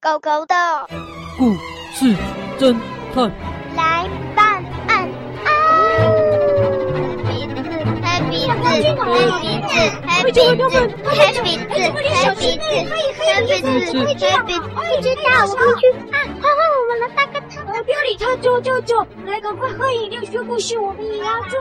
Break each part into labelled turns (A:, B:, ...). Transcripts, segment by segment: A: 狗狗的
B: 故事侦探
A: 来办案啊！黑鼻子，黑鼻子，黑鼻子，黑鼻子，黑鼻子，黑鼻子，黑鼻子，黑鼻子，我知道，哎我过去啊！快换我们了，大哥他
C: 不要理他，走走走，来，赶快喝饮料学故事，我们也要做。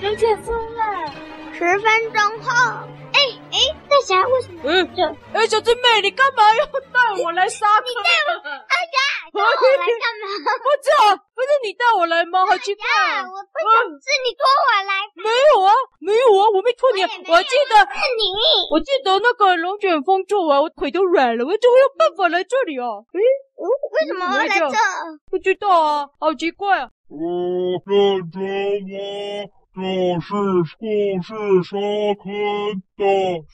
C: 人啊犬疯了，
A: 十分钟后，哎哎，大侠为什么
B: 哎
A: 这？
B: 哎，小师妹，你干嘛要带我来杀客？
A: 大侠叫我来干嘛？
B: 不是啊，不是你带我来吗？好奇怪啊、
A: 呀，我不想是你拖我来，
B: 没有啊，没有啊，我没错你
A: 我
B: 啊
A: 也没，有
B: 我记得。
A: 是你。
B: 我记得那个龙卷风做完，我腿都软了，我怎么有办法来这里啊？诶，
A: 为什么会来这？
B: 不知道啊，好奇怪啊！
D: 我认准我，这是故事沙坑的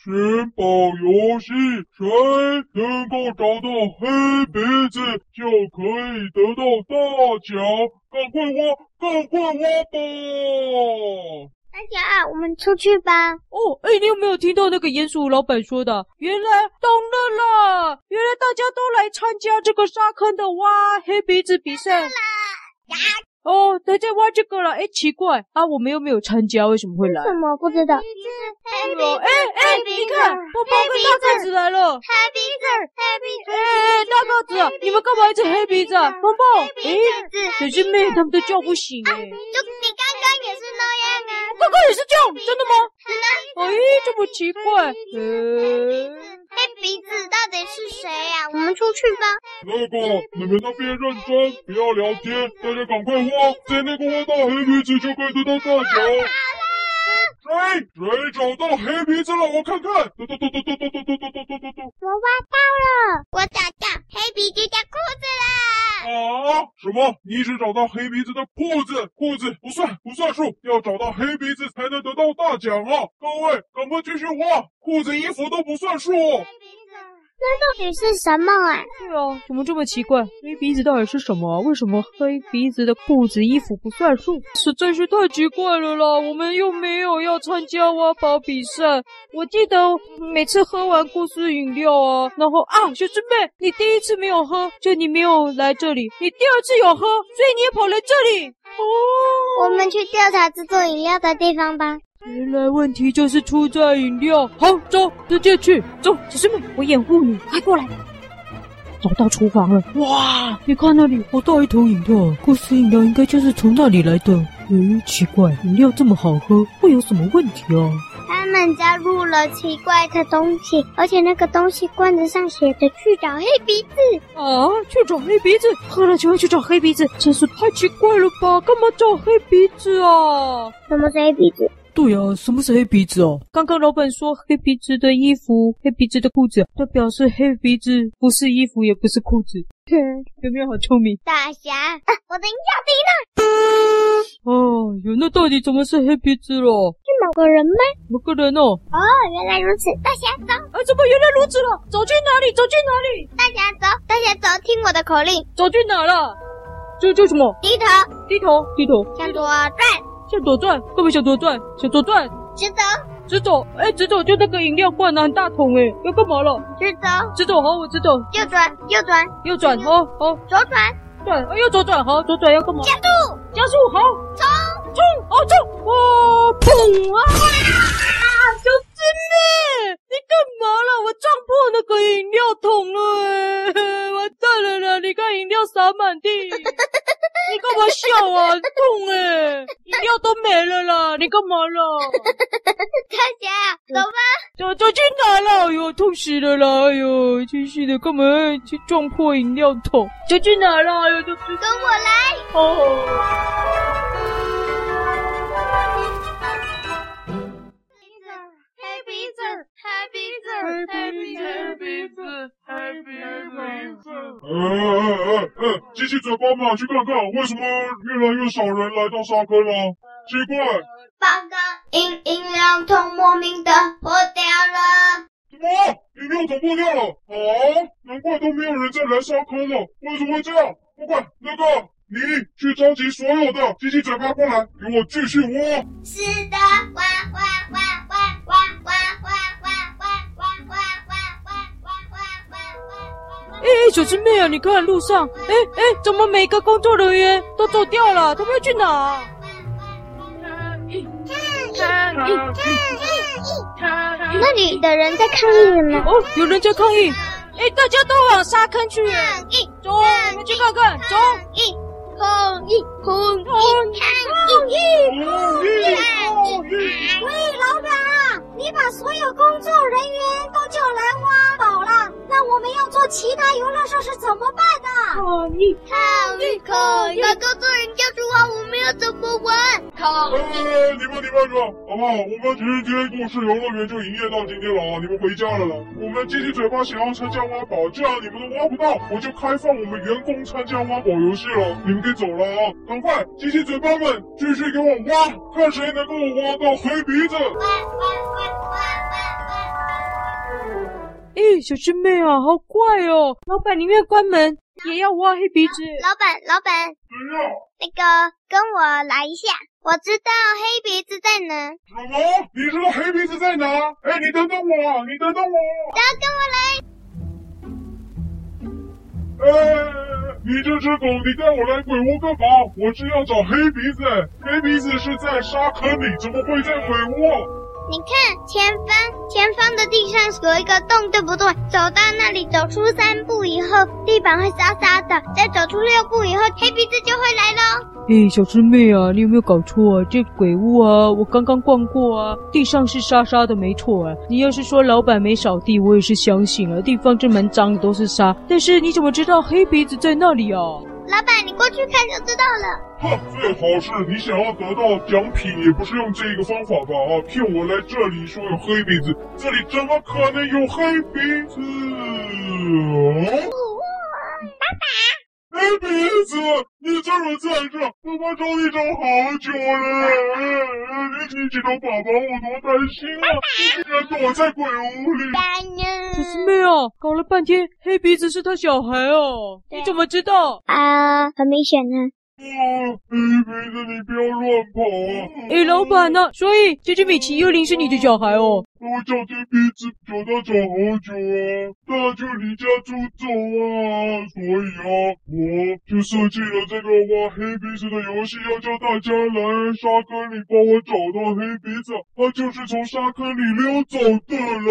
D: 寻宝游戏，谁能够找到黑鼻子就可以得到大奖，赶快挖，赶快挖吧！
A: 大侠，我们出去吧。
B: 哦，哎，你有没有听到那个鼹鼠老板说的？原来懂了啦！原来大家都来参加这个沙坑的挖黑鼻子比赛。哦，大家挖这个了。哎，奇怪啊，我们又没有参加，为什么会来？
A: 什么不知道？黑鼻子，
B: 哎哎，你看，我抱个大个子来了。
A: 黑鼻子，黑鼻
B: 哎哎，哎大个子啊，你们干嘛一直黑鼻子啊？红包，哎，小师妹他们都叫不醒哎。
A: 就啊你刚刚也是那样啊，
B: 哥哥也是这样，真的吗？
A: 是
B: 哎，这么奇怪。呃，
A: 吗？黑鼻子到底是谁啊呀？我们出去吧。
D: 那个，你们那边认真，不要聊天，大家赶快挖，谁能够挖到黑鼻子就可以得到大奖。谁谁找到黑鼻子了？我看看。嘟嘟嘟嘟嘟嘟嘟嘟嘟嘟嘟嘟嘟。
A: 我挖到了，我找到黑鼻子的裤子啦！
D: 啊！什么？你只找到黑鼻子的裤子，裤子不算不算数，要找到黑鼻子才能得到大奖啊！各位，赶快继续挖，裤子、衣服都不算数哦。
A: 那到底是什么啊？
B: 对啊，怎么这么奇怪？黑鼻子到底是什么啊？为什么黑鼻子的裤子、衣服不算数？实在是太奇怪了啦！我们又没有要参加挖宝比赛。我记得每次喝完故事饮料啊，然后啊，小师妹，你第一次没有喝，就你没有来这里；你第二次有喝，所以你也跑来这里。哦，
A: 我们去调查制作饮料的地方吧。
B: 原来问题就是出在饮料。好，走，直接去，走，小师妹，我掩护你，快过来。走到厨房了，哇！你看那里，好大一桶饮料啊，故事饮料应该就是从那里来的。嗯，奇怪，饮料这么好喝，会有什么问题啊？
A: 他们加入了奇怪的东西，而且那个东西罐子上写着去找黑鼻子。
B: 啊，去找黑鼻子，喝了就会去找黑鼻子，真是太奇怪了吧？干嘛找黑鼻子啊？
A: 什么是黑鼻子？
B: 对啊，什么是黑鼻子哦？刚刚老板说黑鼻子的衣服、黑鼻子的裤子，都表示黑鼻子不是衣服，也不是裤子。
A: 哼，
B: 有没有好聪明？
A: 大侠，啊、我的饮料滴了，
B: 哦哟，那到底怎么是黑鼻子咯？
A: 是某个人吗？
B: 某个人哦？
A: 哦，原来如此。大侠走，
B: 啊，怎么原来如此了？走去哪里？走去哪里？
A: 大侠走，大侠走，听我的口令，
B: 走去哪了？这这什么？
A: 低头
B: 低头，低头，
A: 向左转，
B: 向左转，各位向左转，向左转，
A: 直走，
B: 直走。哎，直走就那个饮料罐啊，很大桶哎，要干嘛了？
A: 直走，
B: 直走好，我直走，
A: 右转，右转，
B: 右转好，好
A: 左转，
B: 转，哎，右左转好，左转要干嘛？
A: 加速，
B: 加速好，
A: 冲！
B: 冲，好冲，哇，砰啊！小师妹，你干嘛了？我撞破那个饮料桶了、欸，完蛋了啦！你看饮料洒满地，你干嘛笑啊？很痛哎、饮料都没了啦！你干嘛了？
A: 大侠，走吧，
B: 走走去哪了？哎呦，痛死了啦！哎呦，真是的，干嘛去撞破饮料桶？走去哪了？哎呦，都知道
A: 跟我来。
B: 哦。
A: 黑鼻子，黑鼻子，黑鼻子，黑鼻子，黑鼻子。
D: 哎哎哎哎，机器嘴巴嘛，去看看为什么越来越少人来到沙坑了、奇怪。
A: 报告，饮饮料桶莫名的破掉了。
D: 什么？饮料桶破掉了？啊，难怪都没有人再来沙坑了。为什么会这样？不管那个，你去召集所有的机器嘴巴过来，给我继续挖。
A: 是的，哇哇哇哇哇哇哇哇哇哇哇哇哇哇哇哇哇哇哇哇！
B: 哎、小师妹啊，你看路上，哎哎，怎么每个工作人员都走掉了？他们要去哪、
A: 那里的人在抗议什么？
B: 哦，有人在抗议！哎，大家都往沙坑去耶！
A: 抗议！
B: 走，
A: 嗯
B: 我们去看看。走，
A: 抗议！抗议！抗议！抗议！
D: 抗议！抗议！
C: 喂，老板啊，你把所有工作人员都叫来挖宝了，那我们要做其他游乐设施怎么办呢？
A: 抗议！抗议！把工作人员叫出来，我们要怎么玩？抗
D: 哎，你们你们你们，好不好？我们其实今天故事游乐园就营业到今天了啊，你们回家了啦。我们机器嘴巴想要参加挖宝，既然你们都挖不到，我就开放我们员工参加挖宝游戏了。你们可以走了啊，赶快，机器嘴巴们继续给我挖，看谁能够挖到黑鼻子。
B: 哎，小师妹啊，好快哦！老板宁愿关门也要挖黑鼻子。
A: 老板，老板，
D: 怎样？
A: 那个跟我来一下，我知道黑鼻子在哪，
D: 什么？你知道黑鼻子在哪？哎，你等等我，你等等我。
A: 大家跟我来。
D: 哎，你这只狗，你带我来鬼屋干嘛？我是要找黑鼻子，黑鼻子是在沙坑里，怎么会在鬼屋？啊
A: 你看前方，前方的地上有一个洞，对不对？走到那里，走出三步以后，地板会沙沙的；再走出六步以后，黑鼻子就会来喽。
B: 哎，小师妹啊，你有没有搞错啊？这鬼屋啊，我刚刚逛过啊，地上是沙沙的，没错啊。你要是说老板没扫地，我也是相信啊，地方这蛮脏的，都是沙。但是你怎么知道黑鼻子在那里啊？
A: 老板，你过去看就知道了。
D: 哼，啊最好是你想要得到奖品，也不是用这个方法吧？啊，骗我来这里说有黑鼻子，这里怎么可能有黑鼻子？哦黑鼻子，你怎么在这？妈妈找你找好久了。哎哎你你找爸爸，我多担心啊！你竟然躲在鬼屋里。啊
A: 大人
B: 小师妹啊，搞了半天，黑鼻子是他小孩哦、
A: 对
B: 你怎么知道？
A: 啊，很明显呢。
D: 哦，黑鼻子，你不要乱跑啊！
B: 哎，老板呢、所以这只米奇幽灵是你的小孩哦。
D: 我找这鼻子找他找好久啊，他就离家出走啊，所以啊，我就设计了这个挖黑鼻子的游戏，要叫大家来沙坑里帮我找到黑鼻子，他就是从沙坑里溜走的了。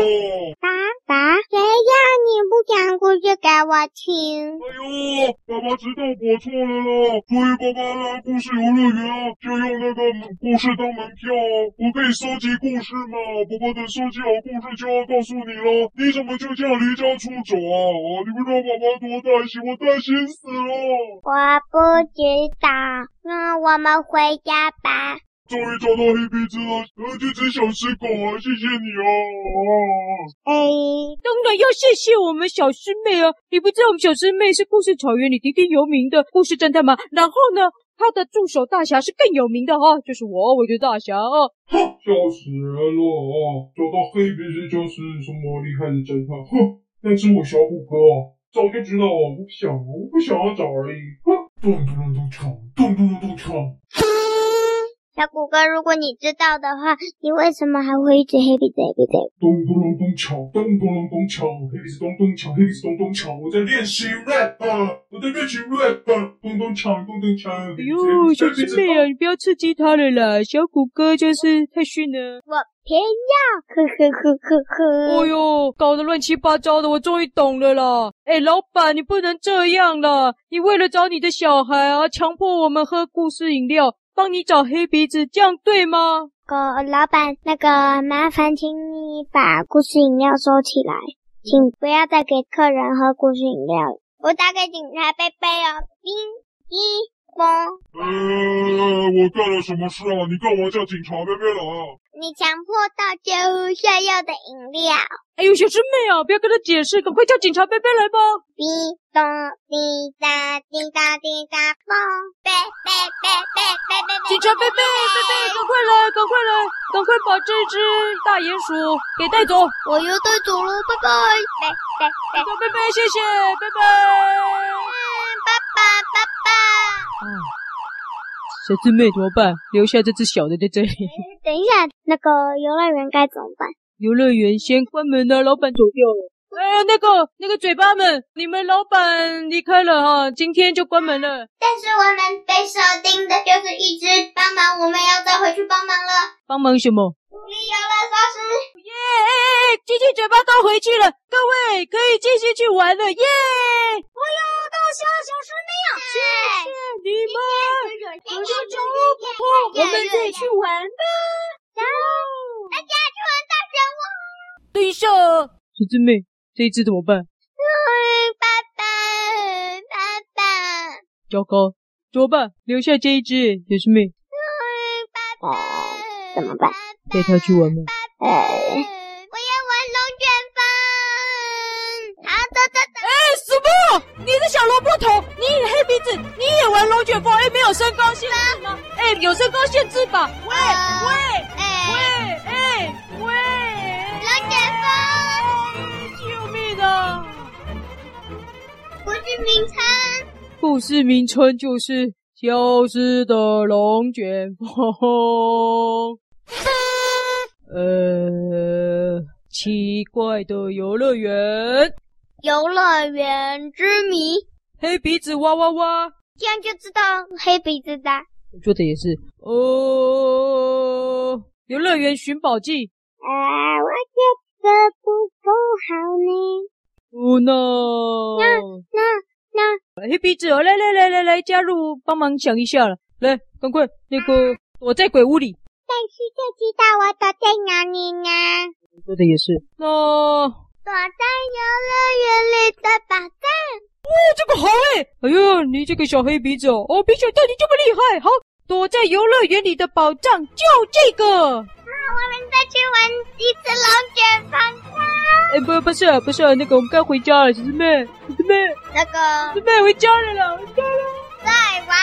A: 爸爸，谁让你不讲故事给我听？
D: 哎呦，爸爸知道我错了啦，所以爸爸来故事游乐园啊，就用那个故事当门票啊，我可以收集故事嘛。爸爸等收集好故事就要告诉你了，你怎么就这样离家出走啊？啊，你们让爸爸多担心，我担心死了。
A: 我不知道，那我们回家吧。
D: 终于找到黑鼻子了，呃，这只小死狗啊，谢谢你啊！啊
A: 哎，
B: 当然要谢谢我们小师妹啊！你不知道我们小师妹是故事草原里鼎鼎有名的故事侦探吗？然后呢，她的助手大侠是更有名的哈、就是我，我就是大侠啊！
D: 笑死人了啊！找到黑鼻子就是什么厉害的侦探，哼！但是我小虎哥哦，早就知道哦，我不想，我不想要找而已。哼！咚咚咚咚锵，咚咚咚咚锵。
A: 小谷哥，如果你知道的话，你为什么还会一直黑鼻子黑鼻子？
D: 咚咚隆咚锵，咚咚隆咚锵，黑鼻子咚咚锵，黑鼻子咚咚锵，我在练习 rap，啊我在练习 rap，啊咚咚锵，咚咚锵。
B: 哎
D: 嗯
B: 呦，小师妹啊，你不要刺激他了啦！小谷歌就是太逊了。
A: 我偏要，呵呵呵呵呵。
B: 哦呦，搞得乱七八糟的，我终于懂了啦！哎，老板，你不能这样啦！你为了找你的小孩啊，强迫我们喝故事饮料，帮你找黑鼻子，这样对吗？
A: 个老板，那个麻烦请你把故事饮料收起来，请不要再给客人喝故事饮料。我打给警察贝贝哦，冰一波，
D: 呃，我干了什么事啊？你干嘛叫警察那边来啊？
A: 你强迫大家喝下药的饮料。
B: 哎呦，小师妹啊，不要跟他解释，赶快叫警察贝贝来吧！
A: 叮咚，滴答，滴答，滴答，嘣！贝贝贝贝贝贝贝，
B: 警察贝贝，贝贝，赶快来，赶快来，赶快把这只大鼹鼠给带走！警
A: 我又对走了，拜拜，贝贝贝，
B: 察贝贝，谢谢贝贝。
A: 爸爸爸爸。
B: 啊小师妹怎么办？留下这只小的在这里。
A: 等一下，那个游乐园该怎么办？
B: 啊游乐园先关门了、老板走掉了。哎，那个那个嘴巴们，你们老板离开了哈，今天就关门了。
A: 但是我们被设定的就是一只帮忙，我们要再回去帮忙了。
B: 帮忙什么？
A: 努力游乐设施。
B: 耶！哎鸡鸡嘴巴都回去了，各位可以继续去玩了，耶！
C: 我要到小小师妹啊！
B: 你们，
A: 我
B: 我是宠物婆婆，我们再去玩吧。
A: 大家去玩大漩涡。
B: 等一下，小姊妹，这一只怎么办？
A: 哦爸爸，爸爸，
B: 糟糕，怎么办？留下这一只，小师妹，
A: 爸
E: 呃，
A: 爸，
E: 怎么办？
B: 带它去玩吧。
A: 哎我要
E: 呃，
A: 玩龙卷风。好，走走走。
B: 哎，什么？你是小萝卜头，你也黑鼻子，你也玩龙卷风？哎，没有身高限制吗？哎，有身高限制吧？喂
A: 呃
B: 喂
A: 哎，
B: 喂哎喂！
A: 龙卷风
B: 救命啊！
A: 不是名称。
B: 故事名称就是《消失的龙卷风》。呃，奇怪的游乐园，
A: 游乐园之谜，
B: 黑鼻子哇哇哇，
A: 这样就知道黑鼻子的。
B: 我做的也是哦。游乐园寻宝记，
A: 啊，我觉得不够好呢。
B: 哦 no！
A: 那那
B: 黑鼻子哦，来来来来来，加入帮忙想一下了，来，赶快那个躲在鬼屋里，
A: 但是就知道我躲在哪里呢？
B: 我做的也是。那、
A: 躲在游乐园里的宝藏。
B: 这个好哎、哎呦，你这个小黑鼻子哦，哦，没想到你这么厉害。好，躲在游乐园里的宝藏就这个。
A: 我们再去玩一次龙卷风。
B: 哎，不，不是啊，不是啊，那个我们该回家了，小师妹，小师妹，
A: 那个
B: 小师妹回家了啦，回家了。
A: 再玩
B: 啊